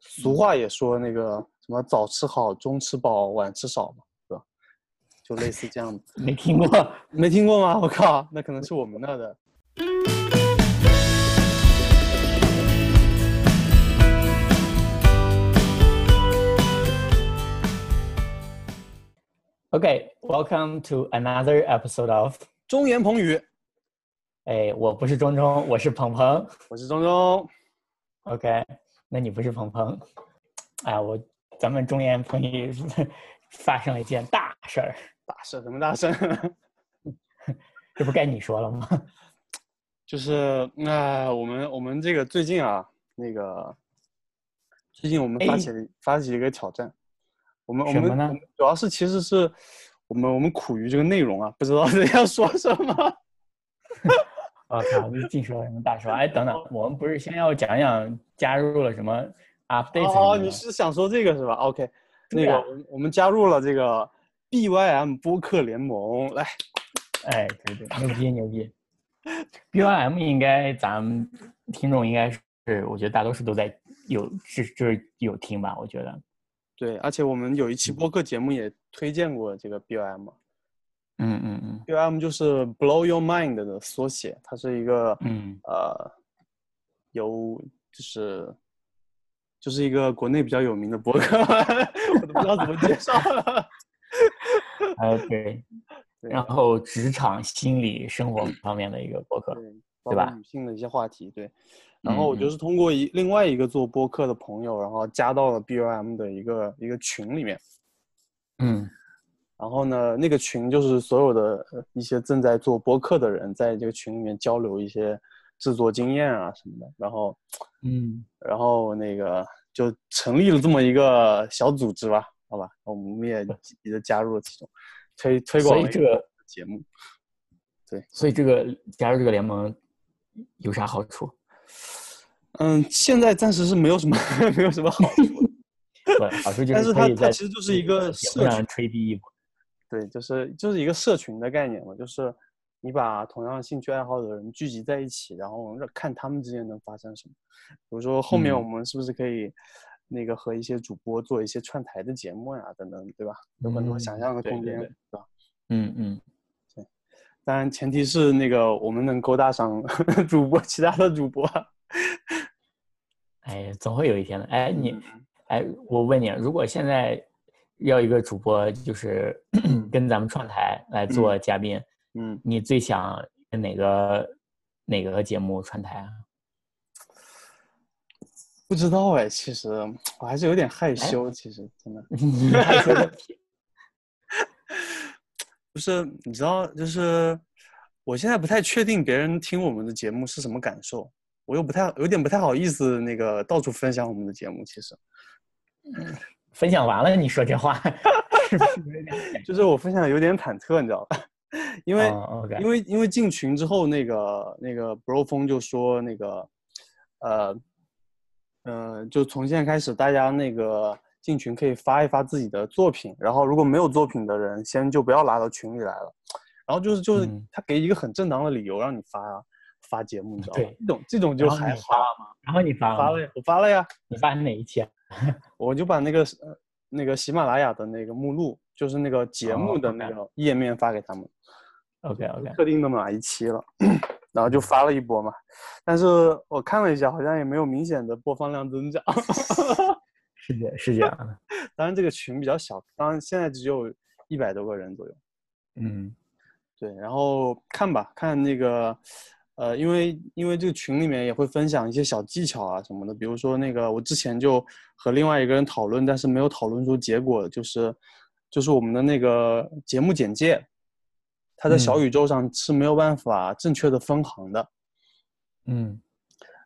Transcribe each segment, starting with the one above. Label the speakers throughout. Speaker 1: 俗话也说那个什么早吃好，中吃饱，晚吃少嘛，对吧？就类似这样的，
Speaker 2: 没听过，
Speaker 1: 没听过吗？我靠，那可能是我们那的。
Speaker 2: Okay, welcome to another episode of
Speaker 1: 中原鹏宇，
Speaker 2: 哎，我不是钟钟，我是鹏鹏。
Speaker 1: 我是钟钟，
Speaker 2: OK，那你不是鹏鹏？哎，我咱们中原鹏宇发生了一件大事儿，
Speaker 1: 大事什么大事？
Speaker 2: 这不该你说了吗？
Speaker 1: 就是那、我们我们这个最近啊，那个最近我们
Speaker 2: 哎
Speaker 1: 发起了、发起了一个挑战，我们我
Speaker 2: 什
Speaker 1: 们
Speaker 2: 么呢
Speaker 1: 我们主要是其实是我们我们苦于这个内容啊，不知道这要说什么。
Speaker 2: 我靠，你净说什么大事儿？哎，等
Speaker 1: 哦
Speaker 2: 等，我们不是先要讲讲加入了什么 update 什么
Speaker 1: 哦，
Speaker 2: 的
Speaker 1: 你
Speaker 2: 吗
Speaker 1: 是想说这个是吧？OK，、那
Speaker 2: 对
Speaker 1: 个
Speaker 2: 啊
Speaker 1: 我们我们加入了这个 BYM 播客联盟，来，
Speaker 2: 哎，对对，牛逼牛逼。BOM 应该咱们听众应该是，我觉得大多数都在有是就是有听吧，我觉得。
Speaker 1: 对，而且我们有一期播客节目也推荐过这个 BYM。
Speaker 2: 嗯嗯嗯
Speaker 1: BYM 就是 Blow Your Mind 的缩写，它是一个
Speaker 2: 嗯
Speaker 1: 呃，有就是就是一个国内比较有名的博客， 我都不知道怎么介绍了。
Speaker 2: 呃对，
Speaker 1: 对
Speaker 2: 然后职场、心理、生活方面的一个博客。
Speaker 1: 嗯对，包括
Speaker 2: 对吧
Speaker 1: 女性的一些话题，对。然后我
Speaker 2: 嗯
Speaker 1: 就
Speaker 2: 嗯
Speaker 1: 是通过一另外一个做播客的朋友，然后加到了 BOM 的一个一个群里面。
Speaker 2: 嗯
Speaker 1: 然后呢，那个群就是所有的呃一些正在做播客的人，在这个群里面交流一些制作经验啊什么的。然后，
Speaker 2: 嗯，
Speaker 1: 然后那个就成立了这么一个小组织吧，好吧，我们也积极的加入了其中，推推
Speaker 2: 所
Speaker 1: 广
Speaker 2: 以
Speaker 1: 了一
Speaker 2: 这个
Speaker 1: 节目。
Speaker 2: 所以这个加入这个联盟有啥好处？
Speaker 1: 嗯，现在暂时是没有什么 没有什么好处，
Speaker 2: 不好处就
Speaker 1: 但
Speaker 2: 是
Speaker 1: 是
Speaker 2: 可
Speaker 1: 它
Speaker 2: 以
Speaker 1: 它
Speaker 2: 在
Speaker 1: 其实就是一个
Speaker 2: 节
Speaker 1: 社
Speaker 2: 目上吹逼一波。
Speaker 1: 对，就是就是一个社群的概念嘛，就是你把同样兴趣爱好的人聚集在一起，然后让看他们之间能发生什么。比如说后面我
Speaker 2: 嗯
Speaker 1: 们是不是可以那个和一些主播做一些串台的节目呀、等等，对吧？有很多想
Speaker 2: 嗯
Speaker 1: 象的
Speaker 2: 对
Speaker 1: 空
Speaker 2: 对
Speaker 1: 间，
Speaker 2: 对
Speaker 1: 对吧？
Speaker 2: 嗯嗯，
Speaker 1: 当然前提是那个我们能勾搭上 主播，其他的主播。
Speaker 2: 哎，总会有一天的。哎，你
Speaker 1: 嗯
Speaker 2: 哎，我问你，如果现在要一个主播，就是 跟咱们串台来做嘉宾，
Speaker 1: 嗯，
Speaker 2: 你最想跟哪个哪个节目串台啊？
Speaker 1: 不知道哎，其实我还是有点
Speaker 2: 哎
Speaker 1: 害羞，其实真的。
Speaker 2: 你还说个屁！
Speaker 1: 不是，你知道，就是我现在不太确定别人听我们的节目是什么感受，我又不太有点不太好意思那个到处分享我们的节目。其实，
Speaker 2: 分享完了，你说这话 是不是有点假？
Speaker 1: 就是我分享有点忐忑，你知道吧？ 因为、
Speaker 2: 哦，OK
Speaker 1: 因为因为进群之后，那个那个 bro 风就说那个，呃，呃，就从现在开始，大家那个进群可以发一发自己的作品，然后如果没有作品的人，先就不要拉到群里来了。然后就是就是
Speaker 2: 嗯
Speaker 1: 他给一个很正当的理由让你发发节目，你知道吗
Speaker 2: 对？
Speaker 1: 这种这种就
Speaker 2: 然后
Speaker 1: 还
Speaker 2: 你发嗯
Speaker 1: 好，
Speaker 2: 然后你发了
Speaker 1: 发
Speaker 2: 吗
Speaker 1: 了呀，我发了呀，
Speaker 2: 你发哪一期啊？
Speaker 1: 我就把那个呃那个喜马拉雅的那个目录，就是那个节
Speaker 2: 哦
Speaker 1: 目的
Speaker 2: ，OK
Speaker 1: 那个页面发给他们。
Speaker 2: OK OK，
Speaker 1: 特定的哪一期了， 然后就发了一波嘛。但是我看了一下，好像也没有明显的播放量增长。
Speaker 2: 是这是这样的，
Speaker 1: 当然这个群比较小，当然现在只有一百多个人左右。
Speaker 2: 嗯
Speaker 1: 对，然后看吧，看那个，呃，因为因为这个群里面也会分享一些小技巧啊什么的，比如说那个我之前就和另外一个人讨论，但是没有讨论出结果，就是就是我们的那个节目简介，它在小
Speaker 2: 嗯
Speaker 1: 宇宙上是没有办法正确的分行的。
Speaker 2: 嗯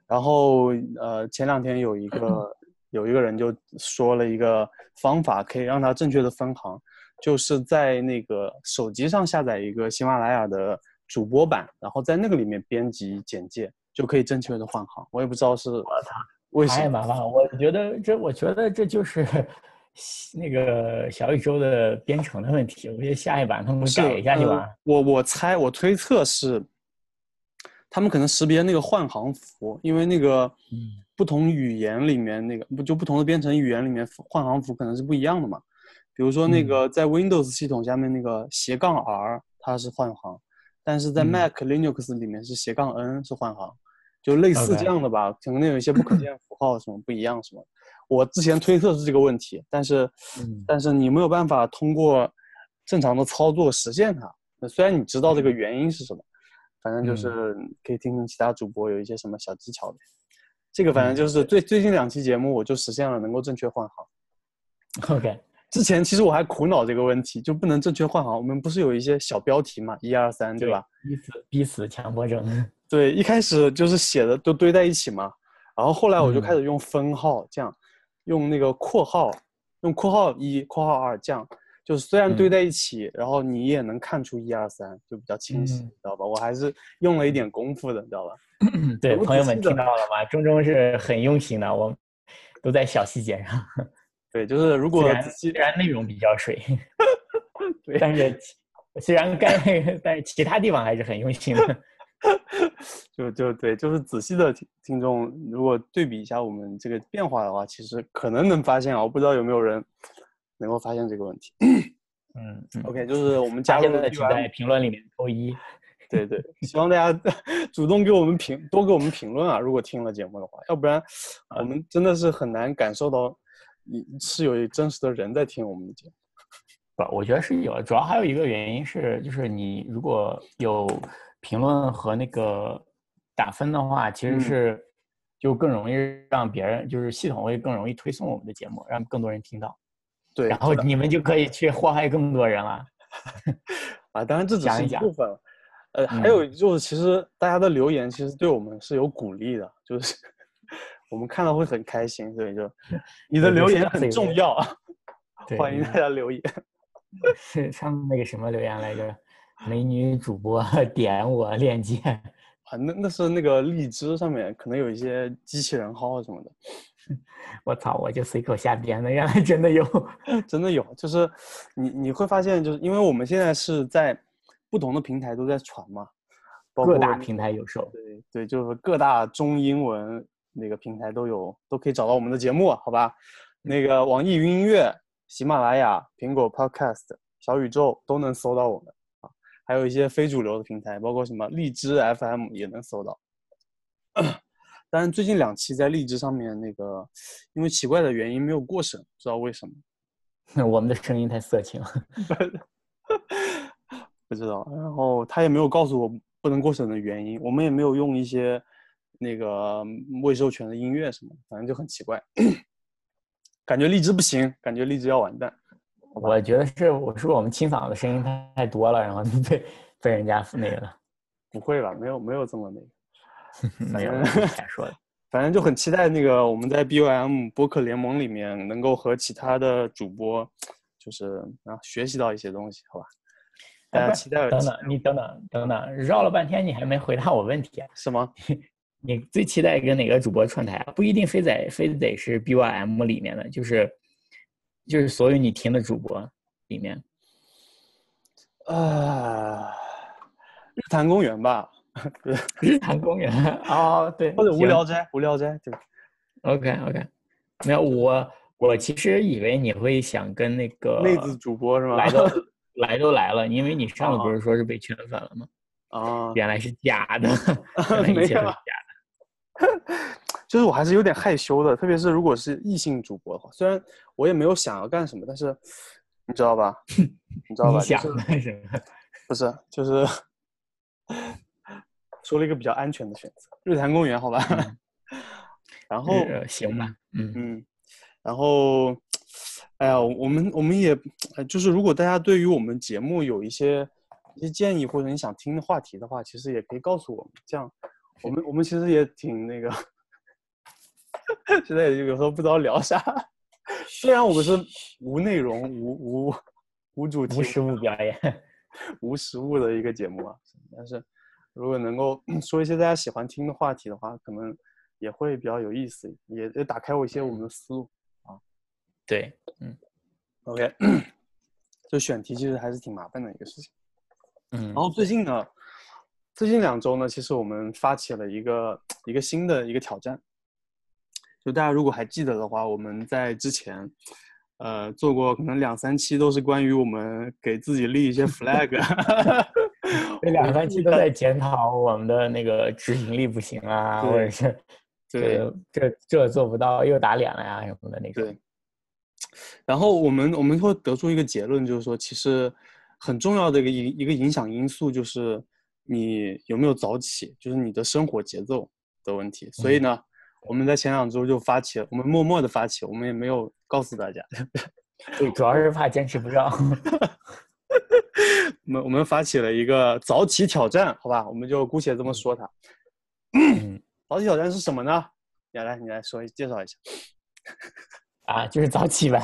Speaker 1: 然后呃，前两天有一 个有一个人就说了一个方法，可以让它正确的分行，就是在那个手机上下载一个喜马拉雅的主播版，然后在那个里面编辑简介，就可以正确的换行。我也不知道是为什
Speaker 2: 太
Speaker 1: 么。
Speaker 2: 麻烦了。我觉得这，我觉得这就是 西那个小宇宙的编程的问题。我觉得下一版他们
Speaker 1: 是
Speaker 2: 改一下去
Speaker 1: 呃
Speaker 2: 吧。
Speaker 1: 我我猜我推测是，他们可能识别那个换行符，因为那个不同语言里面那个不就不同的编程语言里面换行符可能是不一样的嘛。比如说那个在 Windows 系统下面那个斜杠 R 它是换行，但是在 Mac、Linux 里面是斜杠 N 是换行，就类似这样的吧。可能有一些不可见符号什么不一样什么。我之前推测是这个问题，但是
Speaker 2: 嗯
Speaker 1: 但是你没有办法通过正常的操作实现它。那虽然你知道这个原因是什么，反正就是可以听听其他主播有一些什么小技巧的。这个反正就是最最近两期节目我就实现了能够正确换
Speaker 2: 行。OK，
Speaker 1: 之前其实我还苦恼这个问题，就不能正确换行。我们不是有一些小标题嘛，一二三，对吧？
Speaker 2: 逼死逼死强 迫症。
Speaker 1: 对，一开始就是写的都堆在一起嘛，然后后来我就开始用分号，这样用那个括号，用括号一、括号二这样。就是虽然堆在一起，嗯、然后你也能看出一二三，就比较清晰，嗯、知道吧？我还是用了一点功夫的，你知道吧？
Speaker 2: 对，朋友们听到了吗？钟钟是很用心的，我都在小细节上。
Speaker 1: 对，就是如果
Speaker 2: 虽然内容比较 水，
Speaker 1: 对，
Speaker 2: 但是虽然该，但是其他地方还是很用心 的。
Speaker 1: 就就对，就是仔细的听众，如果对比一下我们这个变化的话，其实可能能发现啊，我不知道有没有人。能够发现这个问题，
Speaker 2: 嗯
Speaker 1: ，OK，就是我们加入
Speaker 2: 的请在评论里面扣一，
Speaker 1: 对对， 希望大家主动给我们评，多给我们评论啊！如果听了节目的话，要不然啊我们真的是很难感受到你是有真实的人在听我们的节目。
Speaker 2: 不，我觉得是有，主要还有一个原因是，就是你如果有评论和那个打分的话，其实是就更容易让别人，就是系统会更容易推送我们的节目，让更多人听到。
Speaker 1: 对，
Speaker 2: 然后你们就可以去祸害更多人了。
Speaker 1: 啊，当然这只是一部分。呃，
Speaker 2: 讲
Speaker 1: 还有就是，其实大家的留言其实对我们是有鼓励的，就是 我们看到会很开心，所以就你的留言很重要啊。欢迎大家留言。
Speaker 2: 是 上面那个什么留言来着？美女主播 点我链接。
Speaker 1: 啊，那那是那个荔枝上面可能有一些机器人号啊什么的。
Speaker 2: 我操！我就随口瞎编的，原来真的有，
Speaker 1: 真的有。就是你你会发现，就是因为我们现在是在不同的平台都在传嘛， 包括
Speaker 2: 各大平台有售。
Speaker 1: 对对，就是各大中英文那个平台都有，都可以找到我们的节目，啊好吧？
Speaker 2: 嗯
Speaker 1: 那个网易云音乐、喜马拉雅、苹果 Podcast、小宇宙都能搜到我们啊，还有一些非主流的平台，包括什么荔枝 FM 也能搜到。 但是最近两期在荔枝上面那个，因为奇怪的原因没有过审，不知道为什么。
Speaker 2: 我们的声音太色情了，
Speaker 1: 不知道。然后他也没有告诉我不能过审的原因，我们也没有用一些那个嗯未授权的音乐什么，反正就很奇怪。感觉荔枝不行，感觉荔枝要完蛋。
Speaker 2: 我觉得是我是我们清嗓的声音太太多了，然后被被人家那个了。
Speaker 1: 不会吧？没有没有这么那个。
Speaker 2: 没有瞎说 的，
Speaker 1: 反正就很期待那个我们在 BOM 播客联盟里面能够和其他的主播，就是啊学习到一些东西，好吧？大家期待。
Speaker 2: 等等，你等等等等，绕了半天你还没回答我问题、啊，
Speaker 1: 是吗？
Speaker 2: 你最期待跟哪个主播串台、啊？不一定非得非得是 BOM 里面的，就是就是所有你听的主播里面。
Speaker 1: 啊，日坛公园吧。
Speaker 2: 日 坛公园哦，对，
Speaker 1: 或者无聊斋，无聊斋，对。
Speaker 2: OK OK，没有我，我其实以为你会想跟那个
Speaker 1: 妹子主播是吗？
Speaker 2: 来都来都来了，因为你上次不是说是被圈粉了吗？
Speaker 1: 啊，
Speaker 2: 原来是假 的，原来一切都是假的。
Speaker 1: 就是我还是有点害羞的，特别是如果是异性主播的话，虽然我也没有想要干什么，但是你知道 吧？你知道吧？
Speaker 2: 你想干什么？
Speaker 1: 不是，就是。 说了一个比较安全的选择，日坛公园，好吧。嗯、 然后
Speaker 2: 呃行吧，
Speaker 1: 嗯嗯，然后，哎呀，我们我们也哎就是如果大家对于我们节目有一些一些建议或者你想听的话题的话，其实也可以告诉我们，这样我们我们其实也挺那个， 现在有时候不知道聊啥。虽然我们是无内容、无无无主题、
Speaker 2: 无实物表演、
Speaker 1: 无实物的一个节目啊，但是。如果能够说一些大家喜欢听的话题的话，可能也会比较有意思，也也打开我一些我们的思路啊。
Speaker 2: 对，嗯
Speaker 1: ，OK，就选题其实还是挺麻烦的一个事情。
Speaker 2: 嗯，
Speaker 1: 然后最近呢，最近两周呢，其实我们发起了一个一个新的一个挑战。就大家如果还记得的话，我们在之前，呃，做过可能两三期都是关于我们给自己立一些 flag，
Speaker 2: 这两三期都在检讨我们的那个执行力不行啊，或者是
Speaker 1: 对
Speaker 2: 这这做不到又打脸了呀、啊、什么的那种。
Speaker 1: 对。然后我们我们会得出一个结论，就是说，其实很重要的一个一一个影响因素就是你有没有早起，就是你的生活节奏的问题。所以呢。
Speaker 2: 嗯
Speaker 1: 我们在前两周就发起，我们默默的发起，我们也没有告诉大家。
Speaker 2: 对，主要是怕坚持不 上。
Speaker 1: 我们我们发起了一个早起挑战，好吧，我们就姑且这么说它。
Speaker 2: 嗯、
Speaker 1: 早起挑战是什么呢？你来，你来说介绍一下。
Speaker 2: 啊，就是早起 呗。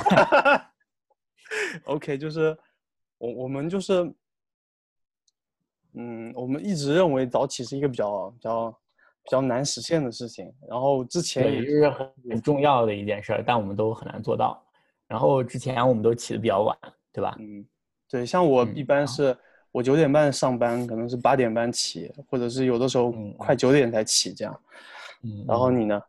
Speaker 1: OK，就是我我们就是，嗯，我们一直认为早起是一个比较比较。比较难实现的事情，然后之前
Speaker 2: 也是很很重要的一件事儿，但我们都很难做到。然后之前我们都起的比较晚，对吧？
Speaker 1: 嗯，对，像我一般是、嗯、我九点半上班，可能是八点半起，或者是有的时候快九点才起这样。
Speaker 2: 嗯，
Speaker 1: 然后你呢？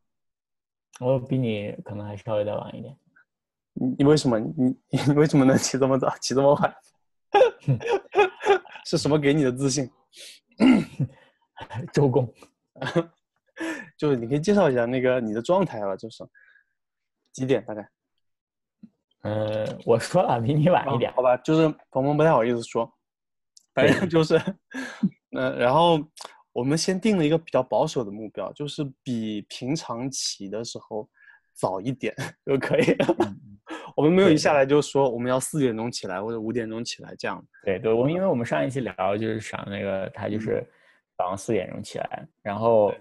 Speaker 2: 我比你可能还稍微再晚一点。
Speaker 1: 你你为什么你你为什么能起这么早，起这么晚？ 是什么给你的自信？
Speaker 2: 周公。
Speaker 1: 就是你可以介绍一下那个你的状态吧，就是几点大概？
Speaker 2: 嗯、呃，我说了比你晚一点，
Speaker 1: 哦、好吧？就是鹏鹏不太好意思说，反正就是， 嗯呃，然后我们先定了一个比较保守的目标，就是比平常起的时候早一点 就可以了。我们没有一下来就说我们要四点钟起来或者五点钟起来这样。
Speaker 2: 对对，我们因为我们上一期聊就是想那个他就是。嗯早上四点钟起来，然后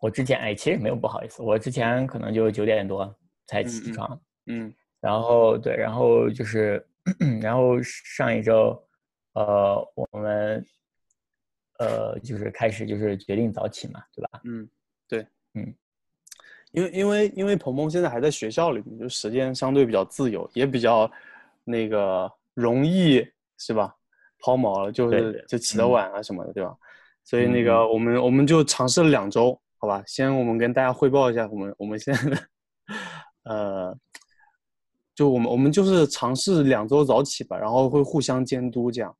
Speaker 2: 我之前哎，其实没有不好意思，我之前可能就九点多才起床，
Speaker 1: 嗯，嗯
Speaker 2: 然后对，然后就是，然后上一周，呃，我们，呃，就是开始就是决定早起嘛，对吧？
Speaker 1: 嗯，对，
Speaker 2: 嗯，
Speaker 1: 因为因为因为鹏鹏现在还在学校里面，就时间相对比较自由，也比较那个容易，是吧？抛锚了，就是就起得晚啊什么的，对吧？所以那个我们我们就尝试了两周，好吧？先我们跟大家汇报一下，我们我们现在的，呃，就我们我们就是尝试两周早起吧，然后会互相监督，这样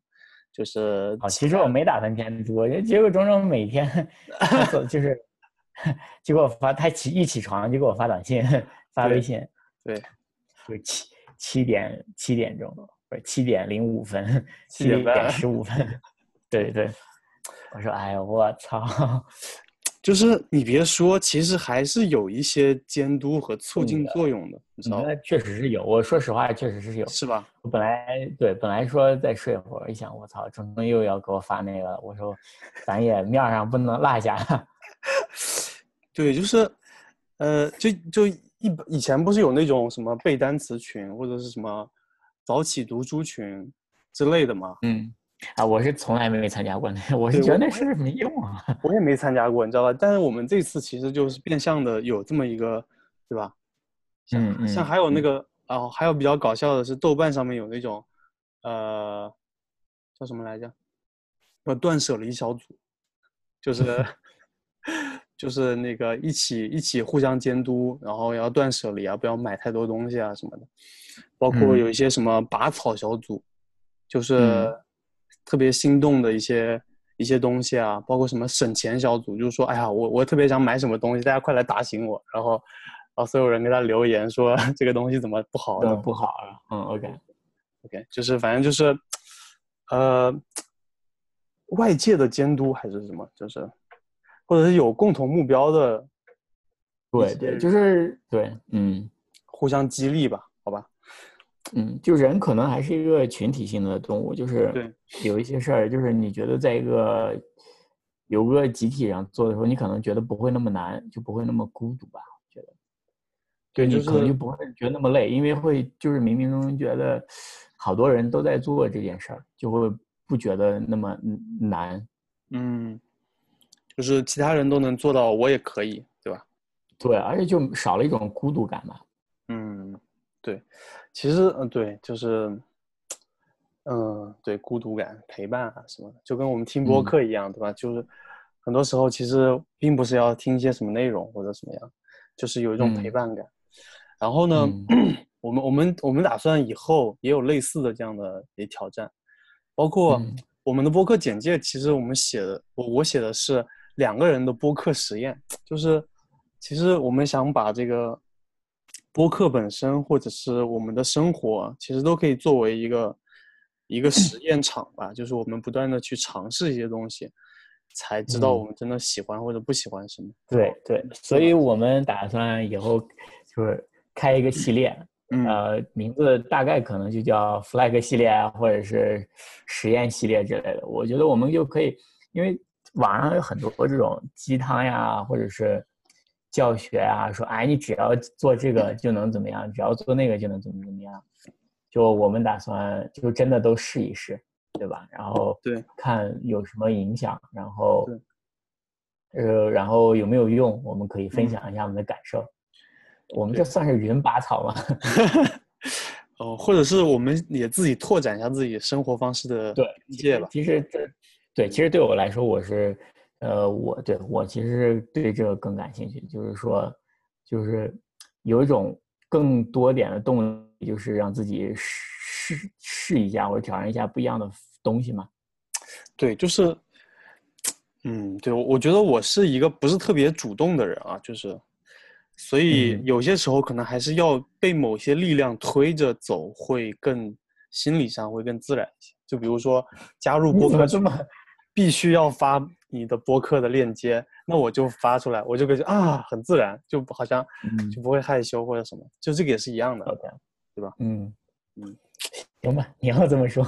Speaker 1: 就是
Speaker 2: 啊。其实我没打算监督，结果种种每天 就是， 结果发他起一起床就给我发短信发微信，
Speaker 1: 对，
Speaker 2: 就七七点七点钟。不是七点零五分，
Speaker 1: 七点
Speaker 2: 十五分，对对，我说哎呀，我操！
Speaker 1: 就是你别说，其实还是有一些监督和促进作用的，你知道吗？
Speaker 2: 嗯那确实是有，我说实话，确实是有，
Speaker 1: 是吧？
Speaker 2: 我本来对本来说再睡会儿，一想我操，中中又要给我发那个，我说咱也面上不能落下。
Speaker 1: 对，就是，呃，就就一以前不是有那种什么背单词群或者是什么？早起读书群之类的嘛，
Speaker 2: 嗯，啊，我是从来没参加过那，我是觉得那事没用啊
Speaker 1: 我，我也没参加过，你知道吧？但是我们这次其实就是变相的有这么一个，对吧？
Speaker 2: 嗯嗯，
Speaker 1: 像还有那个啊、嗯哦，还有比较搞笑的是，豆瓣上面有那种，呃，叫什么来着？叫断舍离小组，就是 就是那个一起一起互相监督，然后要断舍离啊，不要买太多东西啊什么的。包括
Speaker 2: 嗯
Speaker 1: 有一些什么拔草小组，嗯、就是特别心动的一些一些东西啊，包括什么省钱小组，就是说，哎呀，我我特别想买什么东西，大家快来打醒我。然后，然后所有人给他留言说 这个东西怎么不好、啊，
Speaker 2: 不好啊。嗯，OK，OK，、
Speaker 1: okay, 就是反正就是，呃，外界的监督还是什么，就是或者是有共同目标的，
Speaker 2: 对对，就是对，嗯，
Speaker 1: 互相激励吧。好吧，
Speaker 2: 嗯，就人可能还是一个群体性的动物，就是有一些事儿，就是你觉得在一个有个集体上做的时候，你可能觉得不会那么难，就不会那么孤独吧？我觉得，
Speaker 1: 对，
Speaker 2: 你可能就不会觉得那么累，因为会就是冥冥中觉得好多人都在做这件事儿，就会不觉得那么难。
Speaker 1: 嗯，就是其他人都能做到，我也可以，对吧？
Speaker 2: 对，而且就少了一种孤独感嘛。
Speaker 1: 嗯。对，其实嗯，对，就是嗯，对，孤独感、陪伴啊什么的，就跟我们听播客一样，对吧？就是很多时候其实并不是要听一些什么内容或者什么样，就是有一种陪伴感。然后呢， 我们我们我们打算以后也有类似的这样的也挑战，包括
Speaker 2: 嗯
Speaker 1: 我们的播客简介，其实我们写的，我我写的是两个人的播客实验，就是其实我们想把这个播客本身，或者是我们的生活，其实都可以作为一个一个实验场吧，就是我们不断的去尝试一些东西，才知道
Speaker 2: 嗯
Speaker 1: 我们真的喜欢或者不喜欢什么。
Speaker 2: 对对，所以我们打算以后就是开一个系列，
Speaker 1: 嗯
Speaker 2: 呃，名字大概可能就叫 flag 系列啊，或者是实验系列之类的。我觉得我们就可以，因为网上有很多这种鸡汤呀，或者是教学啊，说哎，你只要做这个就能怎么样，只要做那个就能怎么怎么样。就我们打算就真的都试一试，对吧？然后
Speaker 1: 对
Speaker 2: 看有什么影响，然后
Speaker 1: 对
Speaker 2: 呃，然后有没有用，我们可以分
Speaker 1: 嗯
Speaker 2: 享一下我们的感受。我们
Speaker 1: 对
Speaker 2: 这算是云拔草吗？
Speaker 1: 哦，或者是我们也自己拓展一下自己生活方式的
Speaker 2: 对
Speaker 1: 边界吧。
Speaker 2: 其实这，对，其实对我来说，我是，呃，我对我其实对这个更感兴趣，就是说，就是有一种更多点的动力，就是让自己试试试一下或者挑战一下不一样的东西嘛。
Speaker 1: 对，就是，嗯，对，我我觉得我是一个不是特别主动的人啊，就是，所以
Speaker 2: 嗯
Speaker 1: 有些时候可能还是要被某些力量推着走，会更心理上会更自然一些。就比如说加入
Speaker 2: 你
Speaker 1: 播
Speaker 2: 怎
Speaker 1: 客
Speaker 2: 么
Speaker 1: 群，
Speaker 2: 这么
Speaker 1: 必须要发你的播客的链接，那我就发出来，我就感觉啊，很自然，就好像
Speaker 2: 嗯
Speaker 1: 就不会害羞或者什么，就这个也是一样的。
Speaker 2: OK，
Speaker 1: 对吧？
Speaker 2: 嗯
Speaker 1: 嗯，
Speaker 2: 行吧，你要这 么说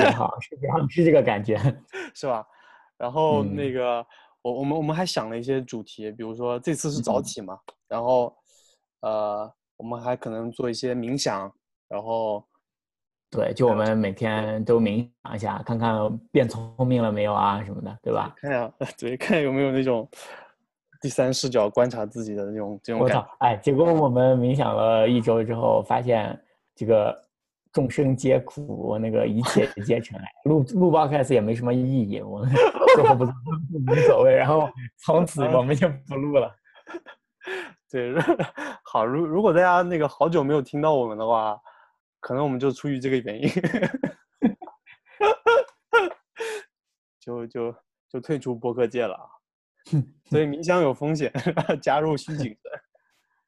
Speaker 2: 也好，是这样，是这个感觉。
Speaker 1: 是吧？然后
Speaker 2: 嗯
Speaker 1: 那个，我我们我们还想了一些主题，比如说这次是早
Speaker 2: 嗯
Speaker 1: 起嘛，然后呃，我们还可能做一些冥想，然后
Speaker 2: 对，就我们每天都冥想一下，看看变聪明了没有啊什么的，对吧？
Speaker 1: 看下 对看有没有那种第三视角观察自己的那种这种
Speaker 2: 我
Speaker 1: 感
Speaker 2: 操
Speaker 1: 觉。！
Speaker 2: 哎，结果我们冥想了一周之后，发现这个众生皆苦，那个一切皆尘埃。录录报开始也没什么意义，我们 最后不做无所谓。然后从此我们就不录了。
Speaker 1: 对， 如好，如如果大家那个好久没有听到我们的话，可能我们就出于这个原因，就就就退出播客界了啊。所以冥想有风险， 加入虚谨慎。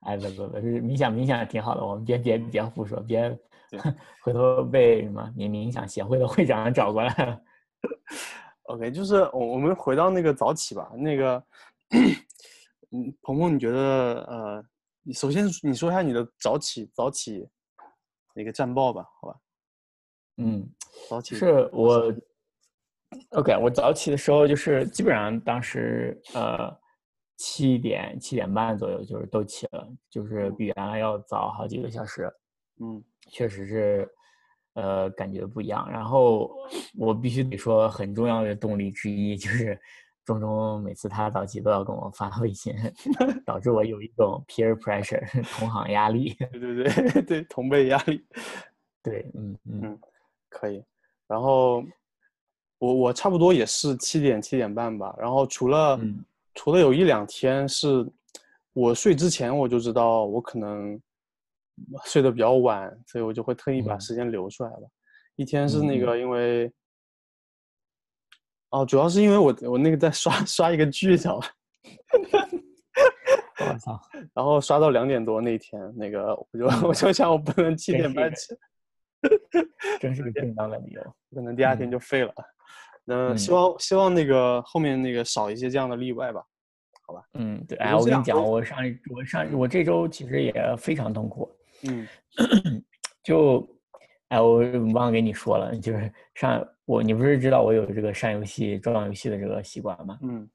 Speaker 2: 哎，不不不，是冥想冥想挺好的，我们别别别胡说，别
Speaker 1: 对
Speaker 2: 回头被什么冥冥想协会的会长找过来了。
Speaker 1: OK，就是我我们回到那个早起吧。那个，嗯，鹏鹏，你觉得呃，你首先你说一下你的早起早起那个战报吧，好吧？
Speaker 2: 嗯。
Speaker 1: 早起
Speaker 2: 是我，OK，我早起的时候就是基本上当时呃七点七点半左右就是都起了，就是比原来要早好几个小时，
Speaker 1: 嗯
Speaker 2: 确实是呃感觉不一样。然后我必须得说很重要的动力之一就是钟钟每次他早起都要跟我发微信， 导致我有一种 peer pressure 同行压力。
Speaker 1: 对对对 对，同辈压力
Speaker 2: 对，嗯嗯，
Speaker 1: 可以。然后我我差不多也是七点七点半吧。然后除了、
Speaker 2: 嗯
Speaker 1: 除了有一两天是我睡之前我就知道我可能睡得比较晚，所以我就会特意把
Speaker 2: 嗯
Speaker 1: 时间留出来吧。一天是
Speaker 2: 嗯
Speaker 1: 那
Speaker 2: 嗯
Speaker 1: 个因为。哦，主要是因为我我那个在刷刷一个剧，知道吧？
Speaker 2: 我操，
Speaker 1: 然后刷到两点多那天，那个我就
Speaker 2: 嗯
Speaker 1: 我就想我不能七
Speaker 2: 真
Speaker 1: 点
Speaker 2: 是
Speaker 1: 半
Speaker 2: 的
Speaker 1: 起，
Speaker 2: 真是个正当的理由。
Speaker 1: 可能第二天
Speaker 2: 嗯
Speaker 1: 就废了。那
Speaker 2: 嗯
Speaker 1: 希望希望那个后面那个少一些这样的例外吧。
Speaker 2: 嗯，对，
Speaker 1: 我
Speaker 2: 哎，
Speaker 1: 觉得
Speaker 2: 我
Speaker 1: 这
Speaker 2: 跟
Speaker 1: 两
Speaker 2: 你讲，
Speaker 1: 周
Speaker 2: 我上一我上我这周其实也非常痛苦，
Speaker 1: 嗯
Speaker 2: 就，哎，我忘了给你说了，就是上我你不是知道我有这个上游戏撞游戏的这个习惯吗？
Speaker 1: 嗯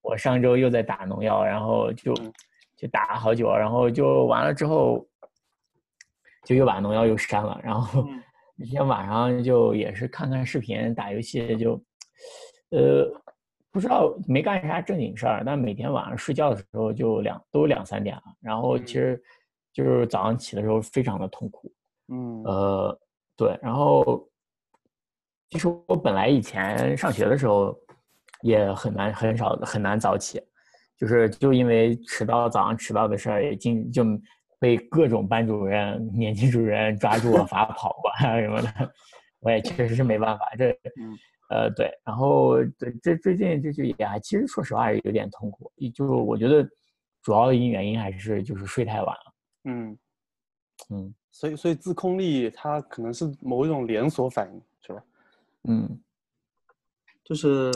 Speaker 2: 我上周又在打农药，然后就
Speaker 1: 嗯
Speaker 2: 就打了好久，然后就完了之后，就又把农药又删了，然后
Speaker 1: 嗯
Speaker 2: 那天晚上就也是看看视频打游戏就，呃，不知道没干啥正经事儿，但每天晚上睡觉的时候就两都两三点了，然后
Speaker 1: 嗯
Speaker 2: 其实就是早上起的时候非常的痛苦，
Speaker 1: 嗯
Speaker 2: 呃呃，对，然后其实我本来以前上学的时候也很难很少很难早起，就是就因为迟到早上迟到的事儿，也经就被各种班主任、年级主任抓住我罚跑过啊什么的，我也确实是没办法这。呃，对，然后对这最近这就也还，其实说实话也有点痛苦，就是我觉得主要的因原因还是就是睡太晚了。
Speaker 1: 嗯，
Speaker 2: 嗯
Speaker 1: 所以所以自控力它可能是某一种连锁反应，是吧？
Speaker 2: 嗯，
Speaker 1: 就是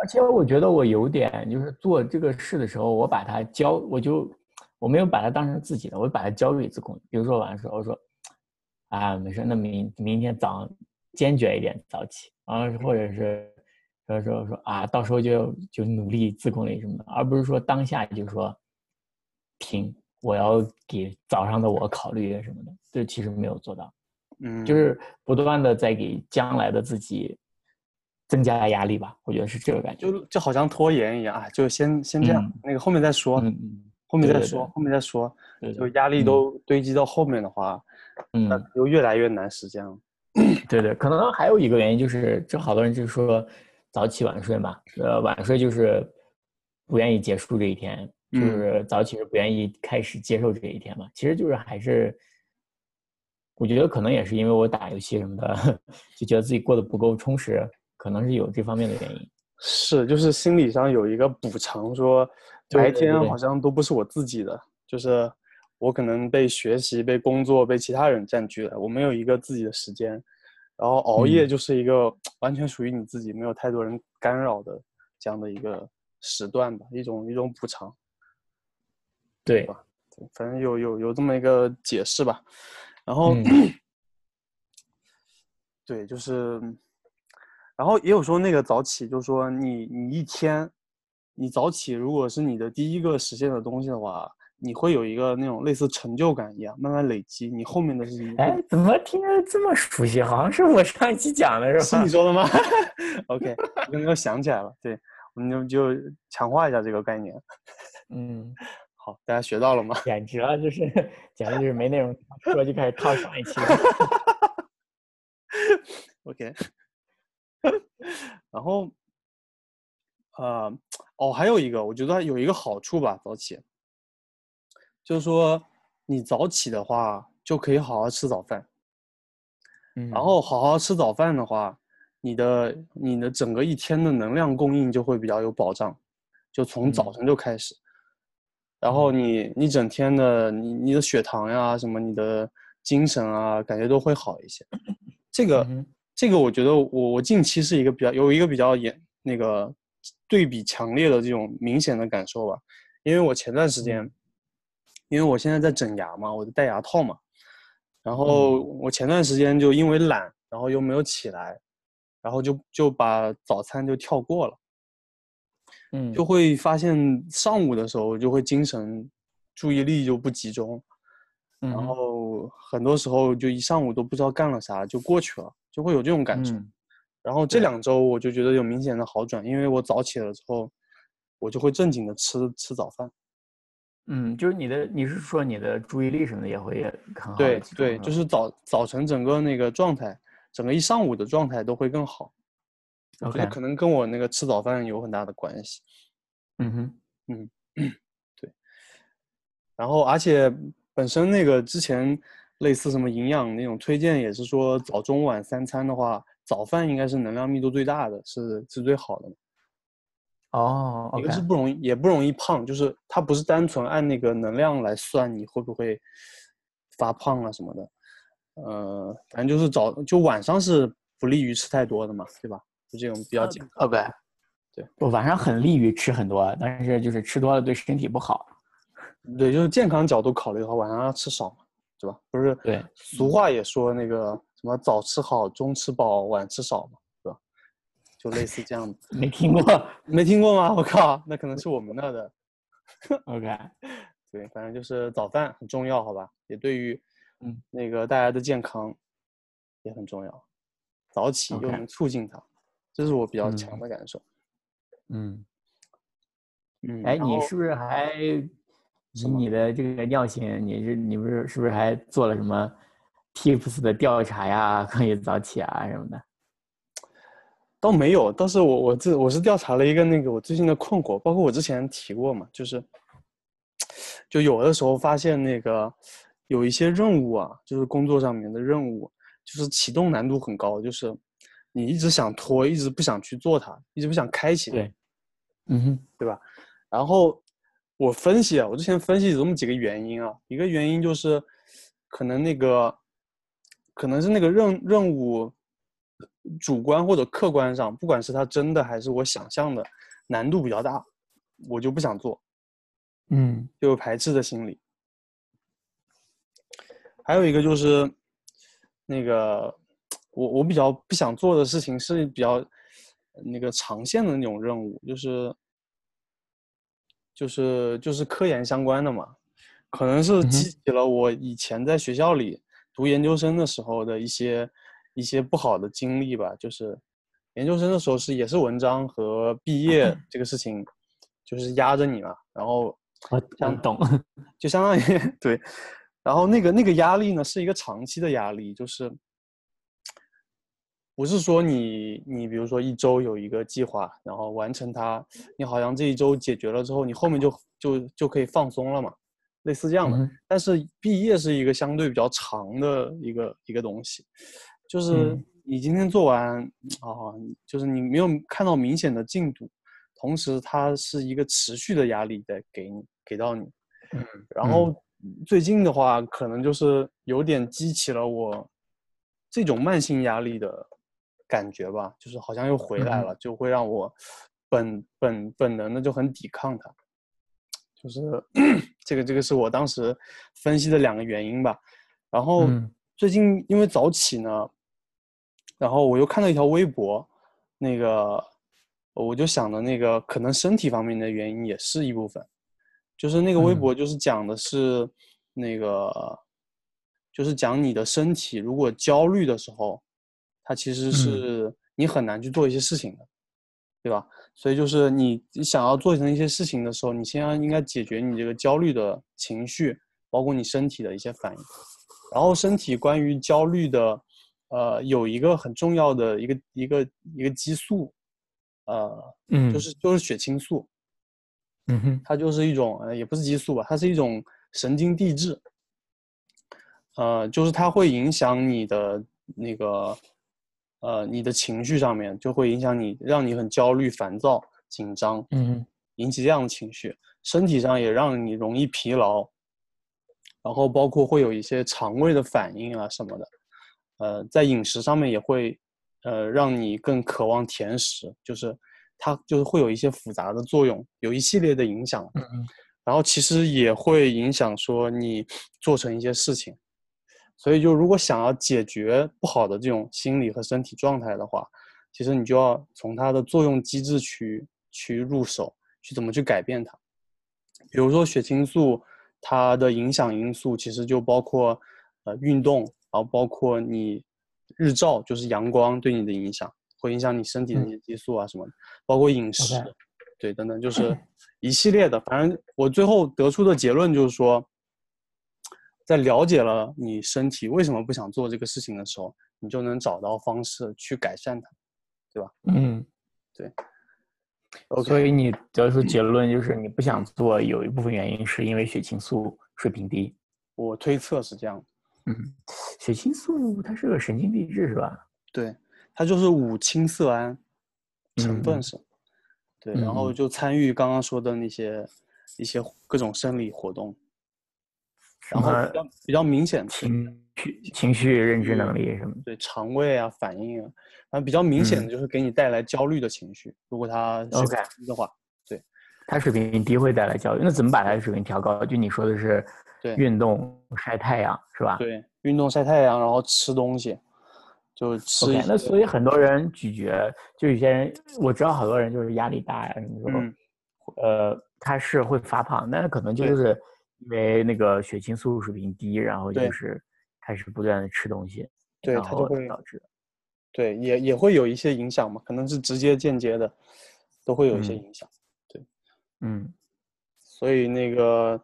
Speaker 2: 而且我觉得我有点就是做这个事的时候，我把它交，我就我没有把它当成自己的，我把它交给自控力。比如说晚上说，我说啊，没事，那明明天早上坚决一点早起，然后或者是说说说啊，到时候就就努力自控力什么的，而不是说当下就说停，我要给早上的我考虑什么的，这其实没有做到。
Speaker 1: 嗯，
Speaker 2: 就是不断的在给将来的自己增加压力吧，我觉得是这个感觉。
Speaker 1: 就就好像拖延一样啊，就先先这样，
Speaker 2: 嗯
Speaker 1: 那个后面再说，
Speaker 2: 嗯嗯
Speaker 1: 后面再
Speaker 2: 对对
Speaker 1: 说，
Speaker 2: 对
Speaker 1: 后面再说，
Speaker 2: 对
Speaker 1: 就
Speaker 2: 对，
Speaker 1: 压力
Speaker 2: 嗯
Speaker 1: 都堆积到后面的话，那
Speaker 2: 嗯
Speaker 1: 就越来越难实现了。
Speaker 2: 对对，可能还有一个原因就是，这好多人就说早起晚睡嘛，呃，晚睡就是不愿意结束这一天，就
Speaker 1: 嗯
Speaker 2: 是早起是不愿意开始接受这一天嘛，其实就是还是。我觉得可能也是因为我打游戏什么的， 就觉得自己过得不够充实，可能是有这方面的原因。
Speaker 1: 是，就是心理上有一个补偿，说
Speaker 2: 对
Speaker 1: 白
Speaker 2: 对
Speaker 1: 天
Speaker 2: 对
Speaker 1: 好像都不是我自己的，就是我可能被学习、被工作、被其他人占据了，我没有一个自己的时间。然后熬夜
Speaker 2: 嗯
Speaker 1: 就是一个完全属于你自己，没有太多人干扰的这样的一个时段吧，一种一种补偿。
Speaker 2: 对，
Speaker 1: 反正有有有这么一个解释吧。然后、
Speaker 2: 嗯
Speaker 1: 对，就是，然后也有说那个早起，就是说你你一天，你早起如果是你的第一个实现的东西的话，你会有一个那种类似成就感一样，慢慢累积，你后面的事情。
Speaker 2: 哎，怎么听着这么熟悉？好像是我上一期讲的是
Speaker 1: 是
Speaker 2: 吧？
Speaker 1: 你说的吗？OK，我刚刚想起来了，对，我们就就强化一下这个概念。
Speaker 2: 嗯，
Speaker 1: 好，大家学到了吗？
Speaker 2: 简直了，就是简直就是没内容说就开始套上一期了。
Speaker 1: OK，然后，呃，哦，还有一个，我觉得有一个好处吧，早起，就是说你早起的话，就可以好好吃早饭，
Speaker 2: 嗯
Speaker 1: 然后好好吃早饭的话，你的你的整个一天的能量供应就会比较有保障，就从早
Speaker 2: 嗯
Speaker 1: 晨就开始，然后你你整天的你你的血糖呀什么，你的精神啊，感觉都会好一些，这个。
Speaker 2: 嗯哼
Speaker 1: 这个我觉得我我近期是一个比较有一个比较严那个对比强烈的这种明显的感受吧，因为我前段时间，因为我现在在整牙嘛，我戴牙套嘛，然后我前段时间就因为懒，然后又没有起来，然后就就把早餐就跳过了，
Speaker 2: 嗯，
Speaker 1: 就会发现上午的时候就会精神注意力就不集中，
Speaker 2: 然
Speaker 1: 然后很多时候就一上午都不知道干了啥就过去了，就会有这种感受。
Speaker 2: 嗯
Speaker 1: 然后这
Speaker 2: 对
Speaker 1: 两周我就觉得有明显的好转，因为我早起了之后，我就会正经的吃吃早饭。
Speaker 2: 嗯，就是你的，你是说你的注意力什么的也会很好地
Speaker 1: 对
Speaker 2: 集中
Speaker 1: 对，
Speaker 2: 吧
Speaker 1: 就是早早晨整个那个状态，整个一上午的状态都会更好。我觉得
Speaker 2: OK
Speaker 1: 可能跟我那个吃早饭有很大的关系。
Speaker 2: 嗯哼
Speaker 1: 然后而且本身那个之前类似什么营养那种推荐也是说早中晚三餐的话，早饭应该是能量密度最大的，是是最好的。
Speaker 2: 哦
Speaker 1: 一
Speaker 2: ，OK
Speaker 1: 个是不容易，也不容易胖，就是它不是单纯按那个能量来算你会不会发胖啊什么的。呃，反正就是早就晚上是不利于吃太多的嘛，对吧？就这种比
Speaker 2: 嗯
Speaker 1: 较简
Speaker 2: 哦 OK，
Speaker 1: 对
Speaker 2: 我晚上很利于吃很多，但是就是吃多了对身体不好。
Speaker 1: 对，就是健康角度考虑的话，晚上要吃少嘛，对吧？不是
Speaker 2: 对，
Speaker 1: 俗话也说那个什么早吃好，中吃饱，晚吃少嘛，对吧？就类似这样的，
Speaker 2: 没听过。
Speaker 1: 没听过吗？我靠，那可能是我们那的。
Speaker 2: OK，嗯
Speaker 1: 对，反正就是早饭很重要，好吧？也对于，
Speaker 2: 嗯，
Speaker 1: 那个大家的健康也很重要，早起又
Speaker 2: OK
Speaker 1: 能促进它，这是我比较强
Speaker 2: 嗯
Speaker 1: 的感受。
Speaker 2: 嗯。
Speaker 1: 嗯，
Speaker 2: 哎，
Speaker 1: 然
Speaker 2: 你
Speaker 1: 后
Speaker 2: 是不是还以
Speaker 1: 什么
Speaker 2: 你的这个尿性，你是你不是是不是还做了什么 tips 的调查呀？可以早起啊什么的？
Speaker 1: 倒没有，倒是我我自我是调查了一个那个我最近的困惑，包括我之前提过嘛，就是就有的时候发现那个有一些任务啊，就是工作上面的任务，就是启动难度很高，就是你一直想拖，一直不想去做它，一直不想开启它，
Speaker 2: 对，嗯哼，
Speaker 1: 对吧？然后我分析啊，我之前分析有这么几个原因啊，一个原因就是可能那个可能是那个任任务主观或者客观上，不管是它真的还是我想象的，难度比较大，我就不想做，
Speaker 2: 嗯
Speaker 1: 就有排斥的心理。还有一个就是那个我我比较不想做的事情是比较那个长线的那种任务，就是就是就是科研相关的嘛，可能是
Speaker 2: 哼
Speaker 1: 激起了我以前在学校里读研究生的时候的一些一些不好的经历吧。就是研究生的时候是也是文章和毕业这个事情，就是压着你嘛，然后
Speaker 2: 我我懂，
Speaker 1: 就相当于 对，然后那个那个压力呢是一个长期的压力，就是不是说你你比如说一周有一个计划，然后完成它，你好像这一周解决了之后，你后面就就就可以放松了嘛，类似这样的。
Speaker 2: 嗯
Speaker 1: 但是毕业是一个相对比较长的一个一个东西，就是
Speaker 2: 嗯
Speaker 1: 你今天做完啊、就是你没有看到明显的进度，同时它是一个持续的压力在给你给到你。
Speaker 2: 嗯
Speaker 1: 然后最近的话，可能就是有点激起了我这种慢性压力的感觉吧，就是好像又回
Speaker 2: 嗯
Speaker 1: 来了，就会让我本本本能的就很抵抗它。就是这个这个是我当时分析的两个原因吧。然后
Speaker 2: 嗯
Speaker 1: 最近因为早起呢，然后我又看到一条微博，那个我就想的那个可能身体方面的原因也是一部分，就是那个微
Speaker 2: 嗯
Speaker 1: 博就是讲的是那个，就是讲你的身体如果焦虑的时候，它其实
Speaker 2: 嗯
Speaker 1: 是你很难去做一些事情的，对吧？所以就是你想要做成一些事情的时候，你先要应该解决你这个焦虑的情绪，包括你身体的一些反应。然后身体关于焦虑的，呃，有一个很重要的一个一个一个激素，呃，
Speaker 2: 嗯，
Speaker 1: 就是就是血清素，
Speaker 2: 嗯哼，
Speaker 1: 它就是一种呃也不是激素吧，它是一种神经递质，呃，就是它会影响你的那个呃你的情绪上面，就会影响你，让你很焦虑、烦躁、紧张，
Speaker 2: 嗯哼，
Speaker 1: 引起这样的情绪，身体上也让你容易疲劳，然后包括会有一些肠胃的反应啊什么的，呃，在饮食上面也会呃让你更渴望甜食，就是它就是会有一些复杂的作用，有一系列的影响，
Speaker 2: 嗯哼，
Speaker 1: 然后其实也会影响说你做成一些事情，所以就如果想要解决不好的这种心理和身体状态的话，其实你就要从它的作用机制去去入手，去怎么去改变它。比如说血清素，它的影响因素其实就包括呃运动，然后包括你日照，就是阳光对你的影响，会影响你身体的一些激素啊什么的，包括饮食
Speaker 2: OK
Speaker 1: 对，等等，就是一系列的。反正我最后得出的结论就是说，在了解了你身体为什么不想做这个事情的时候，你就能找到方式去改善它。
Speaker 2: 嗯，所
Speaker 1: OK，
Speaker 2: 以你得出结论就是你不想做，有一部分原因是因为血清素水平低。
Speaker 1: 我推测是这样的。
Speaker 2: 嗯，血清素它是个神经递质是吧？
Speaker 1: 对，它就是五羟色胺成分
Speaker 2: 嗯
Speaker 1: 是，对，然后
Speaker 2: 嗯
Speaker 1: 就参与刚刚说的那些一些各种生理活动，
Speaker 2: 什
Speaker 1: 然后
Speaker 2: 么
Speaker 1: 比较比较明显的
Speaker 2: 情绪、情绪、认知能力什么的？
Speaker 1: 对肠胃啊反应啊，反正比较明显的
Speaker 2: 嗯
Speaker 1: 就是给你带来焦虑的情绪，如果它是
Speaker 2: OK
Speaker 1: 低的话，
Speaker 2: 它水平低会带来焦虑，那怎么把它的水平调高？就你说的是
Speaker 1: 对
Speaker 2: 运动、晒太阳是吧？
Speaker 1: 对，运动晒太阳，然后吃东西，就吃一
Speaker 2: OK，那
Speaker 1: 些
Speaker 2: 所以很多人咀嚼，就有些人我知道好多人就是压力大呀，什么时候，
Speaker 1: 嗯
Speaker 2: 呃，他是会发胖，但是可能就
Speaker 1: 对
Speaker 2: 是因为那个血清素水平低，然后
Speaker 1: 对
Speaker 2: 就是开始不断的吃东西，
Speaker 1: 对
Speaker 2: 然
Speaker 1: 它就
Speaker 2: 后
Speaker 1: 会
Speaker 2: 导致
Speaker 1: 对也也会有一些影响嘛，可能是直接间接的，都会有一些
Speaker 2: 嗯
Speaker 1: 影响。
Speaker 2: 嗯
Speaker 1: 所以那个，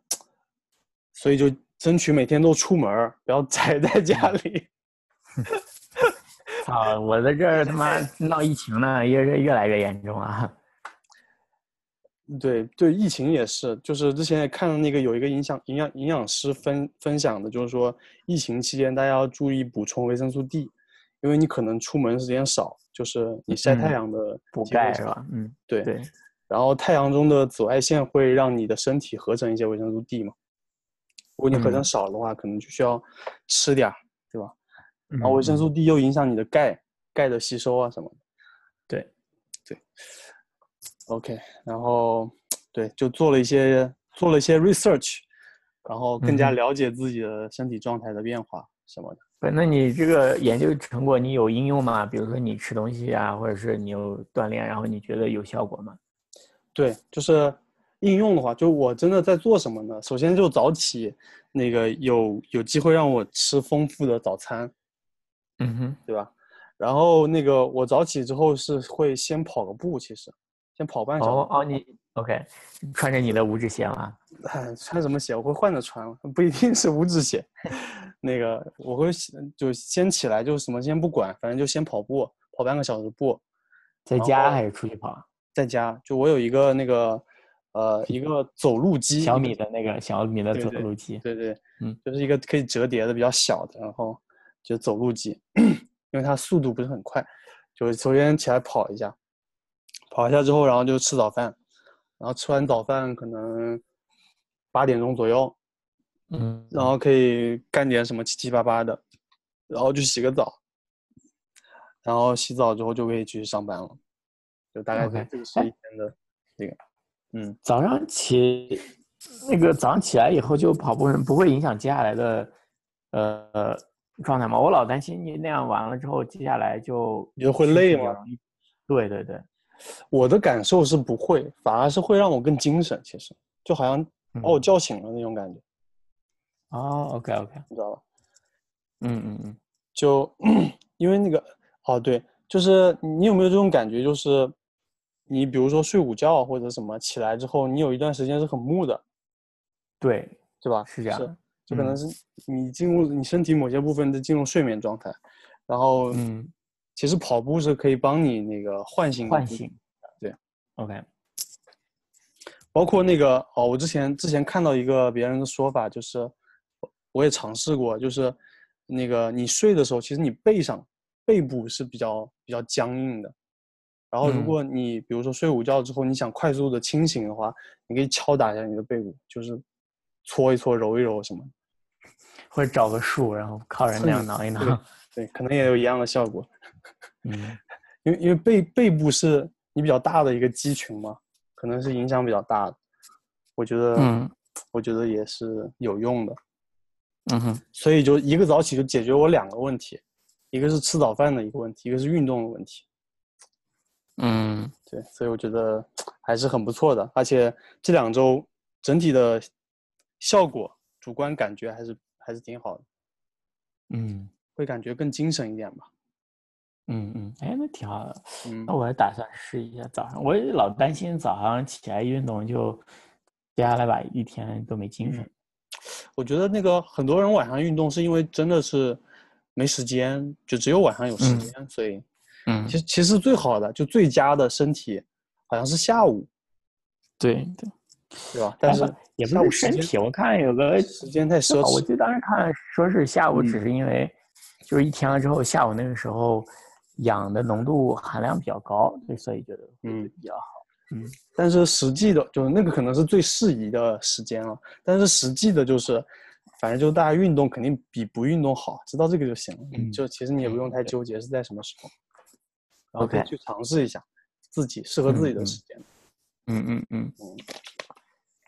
Speaker 1: 所以 就争取每天都出门儿，不要宅在家里。
Speaker 2: 操！我在这儿他妈闹疫情呢，越越来越严重啊！
Speaker 1: 对对，疫情也是，就是之前也看到那个有一个影响营养营养师分分享的，就是说疫情期间大家要注意补充维生素 D，因为你可能出门时间少，就是你晒太阳的
Speaker 2: 补钙是吧？嗯，
Speaker 1: 对
Speaker 2: 对。
Speaker 1: 然后太阳中的紫外线会让你的身体合成一些维生素 D 嘛，如果你合成少的话，嗯、可能就需要吃点儿，对吧？然后维
Speaker 2: 嗯
Speaker 1: 生素 D 又影响你的钙钙的吸收啊什么的。
Speaker 2: 对，
Speaker 1: 对。OK，然后对，就做了一些做了一些 research，然后更加了解自己的身体状态的变化什么的。
Speaker 2: 对，嗯那你这个研究成果你有应用吗？比如说你吃东西啊，或者是你有锻炼，然后你觉得有效果吗？
Speaker 1: 对，就是应用的话，就我真的在做什么呢？首先就早起，那个有有机会让我吃丰富的早餐，
Speaker 2: 嗯哼，
Speaker 1: 对吧？然后那个我早起之后是会先跑个步，其实。先跑半小时
Speaker 2: 哦哦，你 OK，穿着你的五指鞋吗？
Speaker 1: 哎，穿什么鞋？我会换着穿，不一定是五指 鞋。那个我会就先起来，就是什么先不管，反正就先跑步，跑半个小时步。
Speaker 2: 在
Speaker 1: 哦
Speaker 2: 家还是出去跑？
Speaker 1: 在家，就我有一个那个呃一个走路机，
Speaker 2: 小米的那个小米的走路机，
Speaker 1: 对对,对对，
Speaker 2: 嗯，
Speaker 1: 就是一个可以折叠的比较小的，然后就走路机， 因为它速度不是很快，就首先起来跑一下。跑一下之后，然后就吃早饭，然后吃完早饭可能八点钟左右，
Speaker 2: 嗯，
Speaker 1: 然后可以干点什么七七八八的，然后就洗个澡，然后洗澡之后就可以去上班了，就大概这个
Speaker 2: 哎
Speaker 1: 是一天的这个，嗯，
Speaker 2: 早上起那个早上起来以后就跑步，不会影响接下来的呃状态吗？我老担心你那样完了之后，接下来就
Speaker 1: 你就会累吗？
Speaker 2: 对对对。
Speaker 1: 我的感受是不会，反而是会让我更精神。其实就好像把
Speaker 2: 嗯
Speaker 1: 我叫醒了那种感觉。
Speaker 2: 哦，OK OK，
Speaker 1: 你知道吧？
Speaker 2: 嗯嗯嗯。
Speaker 1: 就 因为那个哦，对，就是你有没有这种感觉？就是你比如说睡午觉或者什么，起来之后你有一段时间是很木的。
Speaker 2: 对，
Speaker 1: 对吧？
Speaker 2: 是这样。
Speaker 1: 就
Speaker 2: 嗯
Speaker 1: 可能是你进入、嗯、你身体某些部分的进入睡眠状态，然后
Speaker 2: 嗯。
Speaker 1: 其实跑步是可以帮你那个唤醒
Speaker 2: 唤醒，
Speaker 1: 嗯对
Speaker 2: ，OK。
Speaker 1: 包括那个哦，我之前之前看到一个别人的说法，就是我也尝试过，就是那个你睡的时候，其实你背上背部是比较比较僵硬的。然后如果你、
Speaker 2: 嗯、
Speaker 1: 比如说睡午觉之后，你想快速的清醒的话，你可以敲打一下你的背部，就是搓一搓、揉一揉什么，
Speaker 2: 或者找个树，然后靠着那样挠一挠。
Speaker 1: 对，可能也有一样的效果。
Speaker 2: 嗯，
Speaker 1: 因为因为背背部是你比较大的一个肌群嘛，可能是影响比较大的。我觉得，
Speaker 2: 嗯，
Speaker 1: 我觉得也是有用的。
Speaker 2: 嗯哼，
Speaker 1: 所以就一个早起就解决我两个问题，一个是吃早饭的一个问题，一个是运动的问题。
Speaker 2: 嗯，
Speaker 1: 对，所以我觉得还是很不错的，而且这两周整体的效果，主观感觉还是还是挺好的。
Speaker 2: 嗯，
Speaker 1: 会感觉更精神一点吧。
Speaker 2: 嗯嗯，哎，那挺好的。
Speaker 1: 嗯，
Speaker 2: 那我也打算试一下早上。我也老担心早上起来运动就，接下来吧一天都没精神。
Speaker 1: 我觉得那个很多人晚上运动是因为真的是没时间，就只有晚上有时间，
Speaker 2: 嗯、
Speaker 1: 所以，
Speaker 2: 嗯，
Speaker 1: 其实其实最好的就最佳的身体好像是下午。
Speaker 2: 对对，
Speaker 1: 对吧？但是
Speaker 2: 也不是身体，我看有个
Speaker 1: 时间嗯太奢侈。
Speaker 2: 哎我记得当时看说是下午，只是因为就是一天了之后，下午那个时候。氧的浓度含量比较高，所以觉得嗯比较好。
Speaker 1: 嗯，但是实际的就是那个可能是最适宜的时间了。但是实际的就是，反正就是大家运动肯定比不运动好，知道这个就行了。
Speaker 2: 嗯，
Speaker 1: 就其实你也不用太纠结是在什么时候，然后可
Speaker 2: OK
Speaker 1: 以去尝试一下自己适合自己的时间。
Speaker 2: 嗯嗯嗯
Speaker 1: 嗯，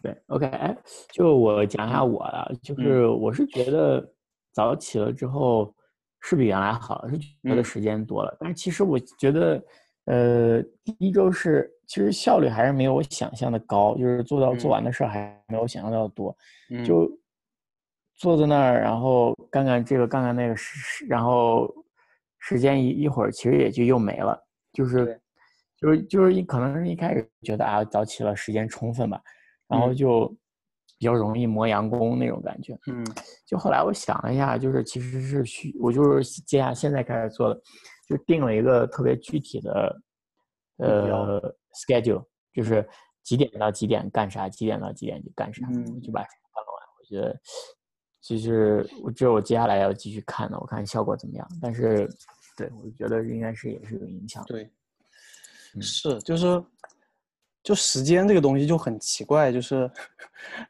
Speaker 2: 对，OK，哎，就我讲一下我啊，
Speaker 1: 嗯
Speaker 2: 就是我是觉得早起了之后。是比原来好，是觉得时间多了。
Speaker 1: 嗯、
Speaker 2: 但是其实我觉得，呃，第一周是其实效率还是没有我想象的高，就是做到做完的事还没有想象的多。
Speaker 1: 嗯、
Speaker 2: 就坐在那儿，然后干干这个，干干那个，然后时间一一会儿，其实也就又没了。就是就是就是你可能是一开始觉得啊早起了时间充分吧，然后就比较容易磨洋工那种感觉。
Speaker 1: 嗯。
Speaker 2: 就后来我想了一下，就是其实是需我就是接下现在开始做的，就定了一个特别具体的呃 schedule，就是几点到几点干啥，几点到几点就干啥，
Speaker 1: 嗯
Speaker 2: 就把事情干完。我觉得就是我这我接下来要继续看的，我看效果怎么样。但是对我觉得应该是也是有影响的。
Speaker 1: 对，
Speaker 2: 嗯
Speaker 1: 是就是，就时间这个东西就很奇怪，就是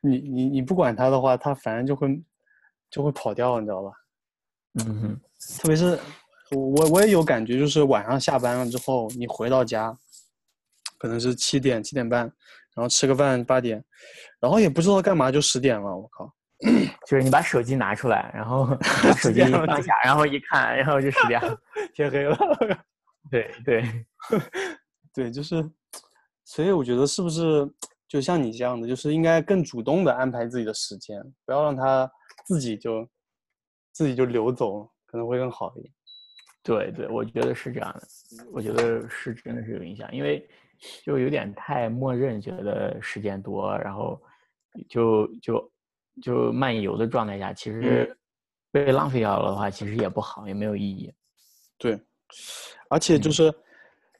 Speaker 1: 你你你不管它的话，它反正就会就会跑掉，你知道吧？
Speaker 2: 嗯哼，
Speaker 1: 特别是我我也有感觉，就是晚上下班了之后，你回到家，可能是七点七点半，然后吃个饭八点，然后也不知道干嘛就十点了，我靠！
Speaker 2: 就是你把手机拿出来，然后 把
Speaker 1: 时
Speaker 2: 手机
Speaker 1: 间
Speaker 2: 一
Speaker 1: 了
Speaker 2: 放
Speaker 1: 对
Speaker 2: 下，然后一看，然后就 十点了。
Speaker 1: 天黑了。
Speaker 2: 对对，
Speaker 1: 对，就是，所以我觉得是不是就像你这样的，就是应该更主动的安排自己的时间，不要让它自己就自己就流走，可能会更好一点。
Speaker 2: 对对，我觉得是这样的，我觉得是真的是有影响，因为就有点太默认觉得时间多，然后就就就漫游的状态下，其
Speaker 1: 嗯
Speaker 2: 实被浪费掉了的话，其实也不好，也没有意义。
Speaker 1: 对，而且就
Speaker 2: 嗯
Speaker 1: 是，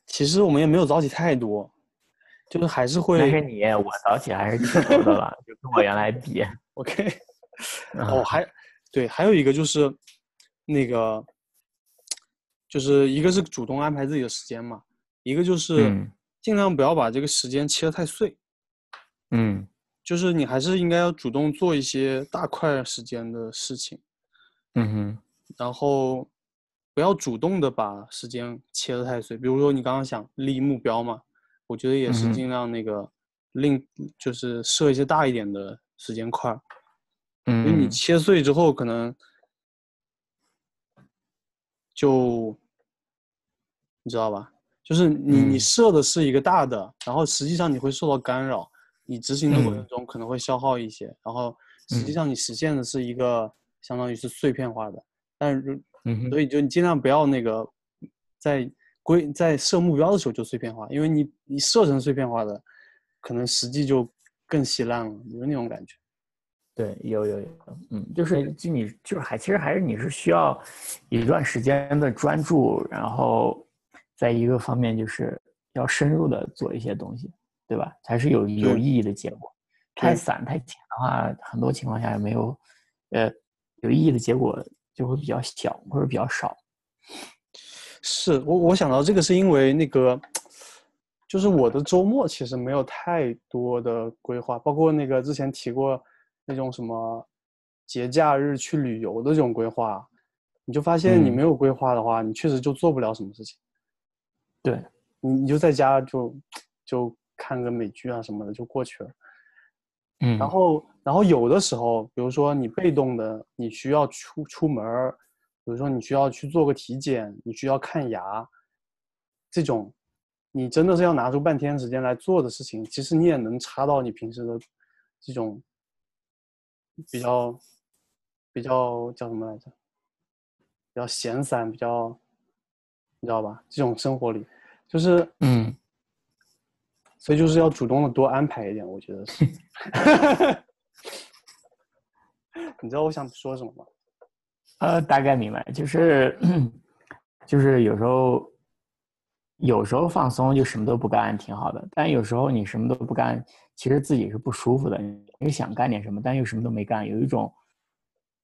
Speaker 1: 其实我们也没有早起太多，就是还是
Speaker 2: 但是
Speaker 1: 会
Speaker 2: 你我早起还是挺多的 了，就跟我原来比，
Speaker 1: OK。哦，
Speaker 2: 啊
Speaker 1: 还对，还有一个就是那个，就是一个是主动安排自己的时间嘛，一个就是
Speaker 2: 嗯
Speaker 1: 尽量不要把这个时间切得太碎。
Speaker 2: 嗯
Speaker 1: 就是你还是应该要主动做一些大块时间的事情，
Speaker 2: 嗯哼
Speaker 1: 然后不要主动的把时间切得太碎。比如说你刚刚想立目标嘛，我觉得也
Speaker 2: 嗯
Speaker 1: 是
Speaker 2: 哼
Speaker 1: 尽量那个另就是设一些大一点的时间块儿，因为你
Speaker 2: 嗯
Speaker 1: 切碎之后可能就你知道吧，就是你你
Speaker 2: 嗯
Speaker 1: 设的是一个大的，然后实际上你会受到干扰，你执行的过程
Speaker 2: 嗯
Speaker 1: 中可能会消耗一些，然后实际
Speaker 2: 嗯
Speaker 1: 上你实现的是一个相当于是碎片化的，但是
Speaker 2: 嗯哼
Speaker 1: 所以就你尽量不要那个在规在设目标的时候就碎片化，因为你你设成碎片化的，可能实际就更稀烂了，有那种感觉。
Speaker 2: 对，有有有，嗯，就是就你就是还其实还是你是需要一段时间的专注，然后在一个方面就是要深入的做一些东西，对吧？才是有有
Speaker 1: 对
Speaker 2: 意义的结果。太
Speaker 1: 对
Speaker 2: 散太浅的话，很多情况下也没有，呃，有意义的结果就会比较小或者比较少。
Speaker 1: 是我我想到这个是因为那个，就是我的周末其实没有太多的规划，包括那个之前提过那种什么节假日去旅游的这种规划，你就发现你
Speaker 2: 嗯
Speaker 1: 没有规划的话，你确实就做不了什么事情，
Speaker 2: 对，
Speaker 1: 你你就在家就就看个美剧啊什么的就过去了。
Speaker 2: 嗯，
Speaker 1: 然后，然后有的时候，比如说你被动的，你需要出出门儿，比如说你需要去做个体检，你需要看牙，这种，你真的是要拿出半天时间来做的事情，其实你也能插到你平时的这种比较比较叫什么来着？比较闲散，比较你知道吧？这种生活里，就是
Speaker 2: 嗯，
Speaker 1: 所以就是要主动的多安排一点，我觉得 是。你知道我想说什么吗？
Speaker 2: 呃，大概明白，就是 就是有时候有时候放松就什么都不干挺好的，但有时候你什么都不干，其实自己是不舒服的。你又想干点什么，但又什么都没干，有一种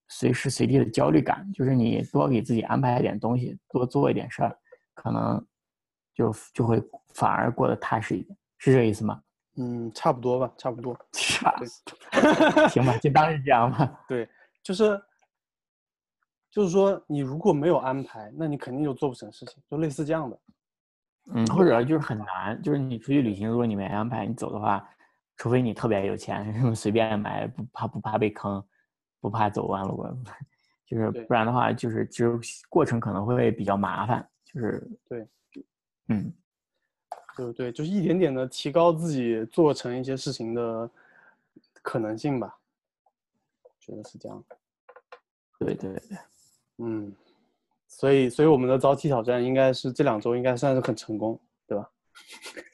Speaker 2: 随时随地的焦虑感。就是你多给自己安排一点东西，多做一点事儿，可能就就会反而过得踏实一点，是这意思吗？
Speaker 1: 嗯，差不多吧，差不多。
Speaker 2: 是吧？ 行吧，就当是这样吧。
Speaker 1: 对，就是就是说，你如果没有安排，那你肯定就做不成事情，就类似这样的。
Speaker 2: 嗯，或者就是很难，就是你出去旅行，如果你没安排，你走的话，除非你特别有钱， 什么随便买，不怕不怕被坑，不怕走弯路， 就是
Speaker 1: 对
Speaker 2: 不然的话，就是其实过程可能会比较麻烦，就是
Speaker 1: 对，
Speaker 2: 嗯，
Speaker 1: 对不对？就是一点点的提高自己做成一些事情的可能性吧，觉得是这样的。
Speaker 2: 对对对，
Speaker 1: 嗯，所以所以我们的早起挑战应该是这两周应该算是很成功，对吧？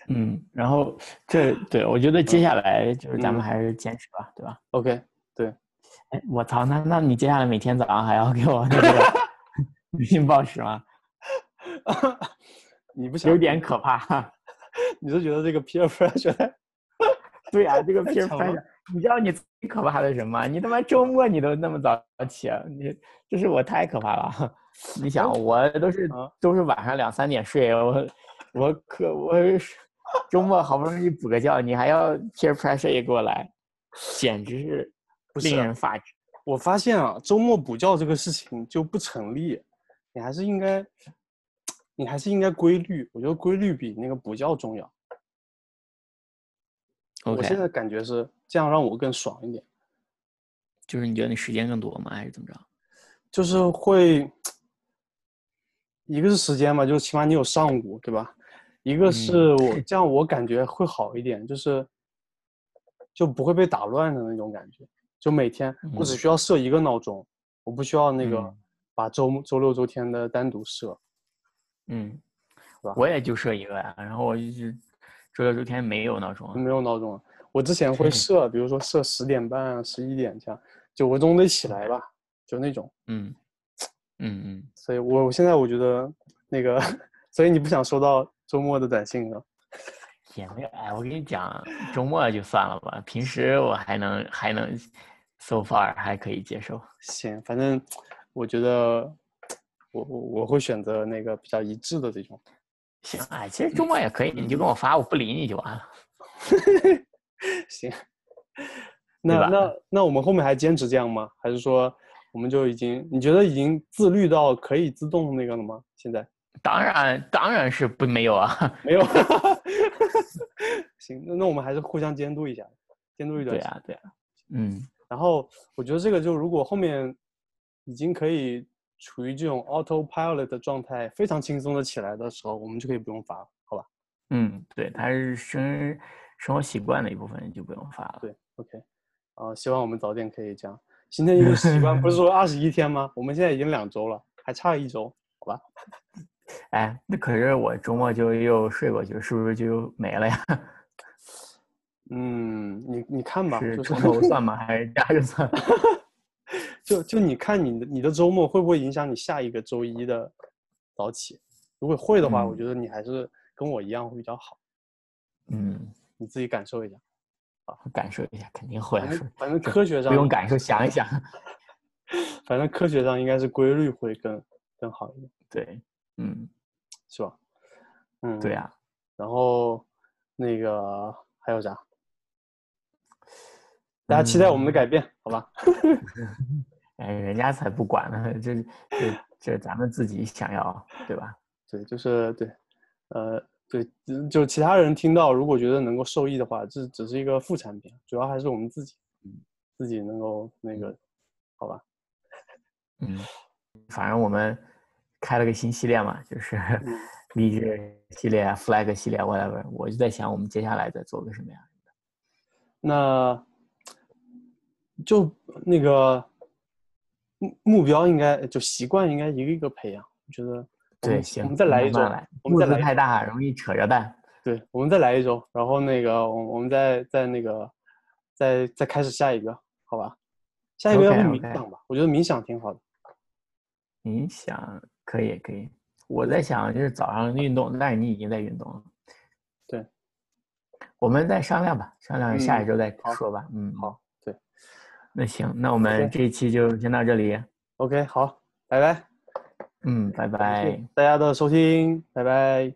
Speaker 2: 嗯，然后这对我觉得接下来就是咱
Speaker 1: 嗯
Speaker 2: 们还是坚持吧，对吧？
Speaker 1: OK，对，
Speaker 2: 哎，我 操， 那那你接下来每天早上还要给我那个微信报时吗？
Speaker 1: 你不想
Speaker 2: 有点可怕。
Speaker 1: 你是觉得这个 peer pressure？
Speaker 2: 对啊，这个 peer
Speaker 1: 抢了
Speaker 2: pressure，你知道你最可怕的是什么？你他妈周末你都那么早起，啊你这是我太可怕了。 你想，我都是
Speaker 1: 啊
Speaker 2: 都是晚上两三点睡，我我可我是周末好不容易补个觉，你还要 peer pressure 也给我来，简直是
Speaker 1: 不是
Speaker 2: 令人发指。
Speaker 1: 我发现啊，周末补觉这个事情就不成立，你还是应该，你还是应该规律。我觉得规律比那个补觉重要。我现在感觉是这样，让我更爽一点。
Speaker 2: 就是你觉得你时间更多吗？还是怎么着？
Speaker 1: 就是会，一个是时间嘛，就是起码你有上午，对吧？一个是
Speaker 2: 嗯
Speaker 1: 我、这样，我感觉会好一点，就是就不会被打乱的那种感觉。就每天我只
Speaker 2: 嗯
Speaker 1: 需要设一个闹钟，我不需要那个
Speaker 2: 嗯
Speaker 1: 把周周六周天的单独设。
Speaker 2: 嗯
Speaker 1: 吧，
Speaker 2: 我也就设一个呀，然后我就是周六周天没有闹钟啊。
Speaker 1: 没有闹钟啊，我之前 会设，比如说设十点半啊、十一点这样，就我总得起来吧，就那种。
Speaker 2: 嗯嗯嗯，
Speaker 1: 所以我我现在我觉得那个， 所以你不想收到周末的短信了。
Speaker 2: 也没有。哎，我跟你讲，周末就算了吧，平时我还能还能，so far 还可以接受。
Speaker 1: 行，反正我觉得我我我会选择那个比较一致的这种。
Speaker 2: 行，哎，其实周末也可以，你就跟我发，我不理你就完了。
Speaker 1: 行，那
Speaker 2: 吧
Speaker 1: 那那我们后面还坚持这样吗？还是说我们就已经你觉得已经自律到可以自动那个了吗？现在
Speaker 2: 当然，当然是不没有啊。
Speaker 1: 没有。 行，那那我们还是互相监督一下，监督一段
Speaker 2: 对
Speaker 1: 时间。
Speaker 2: 啊，对啊。嗯，
Speaker 1: 然后我觉得这个就如果后面已经可以处于这种 autopilot 的状态，非常轻松的起来的时候，我们就可以不用罚了，好吧？
Speaker 2: 嗯，对，它是生生活习惯的一部分，就不用发了。
Speaker 1: 对，OK，啊、希望我们早点可以这样形成一个习惯。不是说二十一天吗？我们现在已经两周了，还差一周，好吧？
Speaker 2: 哎，那可是我周末就又睡过去，是不是就又没了呀？
Speaker 1: 嗯，你你看吧，
Speaker 2: 是
Speaker 1: 就
Speaker 2: 重
Speaker 1: 是
Speaker 2: 头算吗？还是加着算？
Speaker 1: 就就你看你的你的周末会不会影响你下一个周一的早起？如果会的话，我
Speaker 2: 嗯
Speaker 1: 觉得你还是跟我一样会比较好，
Speaker 2: 嗯，
Speaker 1: 你自己感受一下。
Speaker 2: 我感受一下，肯定会
Speaker 1: 反
Speaker 2: 是
Speaker 1: 正反正科学上
Speaker 2: 不用感 受，想一想。
Speaker 1: 反正科学上应该是规律会更更好一点，
Speaker 2: 对，嗯，
Speaker 1: 是吧？嗯，
Speaker 2: 对。啊，
Speaker 1: 然后那个还有啥？大家期待我
Speaker 2: 嗯
Speaker 1: 们的改变，好吧？
Speaker 2: 哎，人家才不管呢， 这这这咱们自己想要，对吧？
Speaker 1: 对，就是对，呃，对，就就其他人听到，如果觉得能够受益的话，这只是一个副产品，主要还是我们自己，自己能够那个，好吧？
Speaker 2: 嗯，反正我们开了个新系列嘛，就是
Speaker 1: 嗯
Speaker 2: 励志系列、flag 啊系列 whatever，我就在想我们接下来再做个什么呀？
Speaker 1: 那就那个目目标应该就习惯应该一个一个培养，我觉得我
Speaker 2: 对，
Speaker 1: 们
Speaker 2: 行，
Speaker 1: 我们再来一周
Speaker 2: 慢慢来，，
Speaker 1: 我们再
Speaker 2: 步子
Speaker 1: 来一
Speaker 2: 太大容易扯着蛋。
Speaker 1: 对，我们再来一周，然后那个，我我们再再那个，再再开始下一个，好吧？下一个要不
Speaker 2: OK，OK
Speaker 1: 冥想吧我觉得冥想挺好的。
Speaker 2: 你想可以可以，我在想就是早上运动，但是你已经在运动了。
Speaker 1: 对，
Speaker 2: 我们再商量吧，商量下
Speaker 1: 嗯
Speaker 2: 一周再
Speaker 1: 好
Speaker 2: 说吧。嗯，
Speaker 1: 好，对，
Speaker 2: 那行，那我们这一期就先到这里。
Speaker 1: OK，好，拜拜，
Speaker 2: 嗯，拜
Speaker 1: 感谢
Speaker 2: 拜。
Speaker 1: 大家的收听，拜拜。